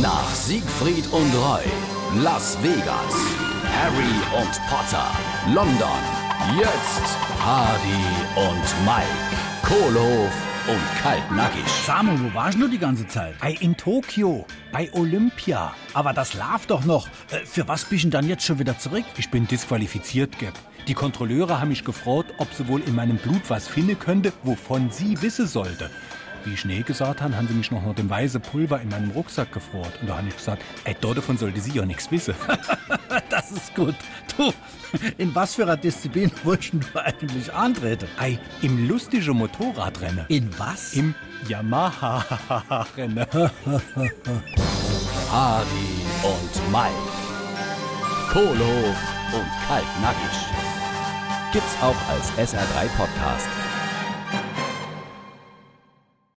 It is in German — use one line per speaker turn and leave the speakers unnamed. Nach Siegfried und Roy, Las Vegas, Harry und Potter, London, jetzt Hardy und Mike, Kohlhof und Kaltnackig.
Samo, wo warst du die ganze Zeit?
Ei, in Tokio, bei Olympia.
Aber das läuft doch noch. Äh, Für was bist du denn dann jetzt schon wieder zurück?
Ich bin disqualifiziert, Gap. Die Kontrolleure haben mich gefragt, ob sie wohl in meinem Blut was finden könnte, wovon sie wissen sollte. Wie ich nee gesagt haben, haben sie mich noch nach dem weiße Pulver in meinem Rucksack gefroren. Und da habe ich gesagt, ey, dort davon sollte sie ja nichts wissen.
Das ist gut. Du, in was für einer Disziplin wolltest du eigentlich antreten?
Ei, im lustigen Motorradrennen.
In was?
Im Yamaha-Rennen.
Hardy und Mike, Kohlhof und Kaltnackig. Gibt's auch als SR3 Podcast.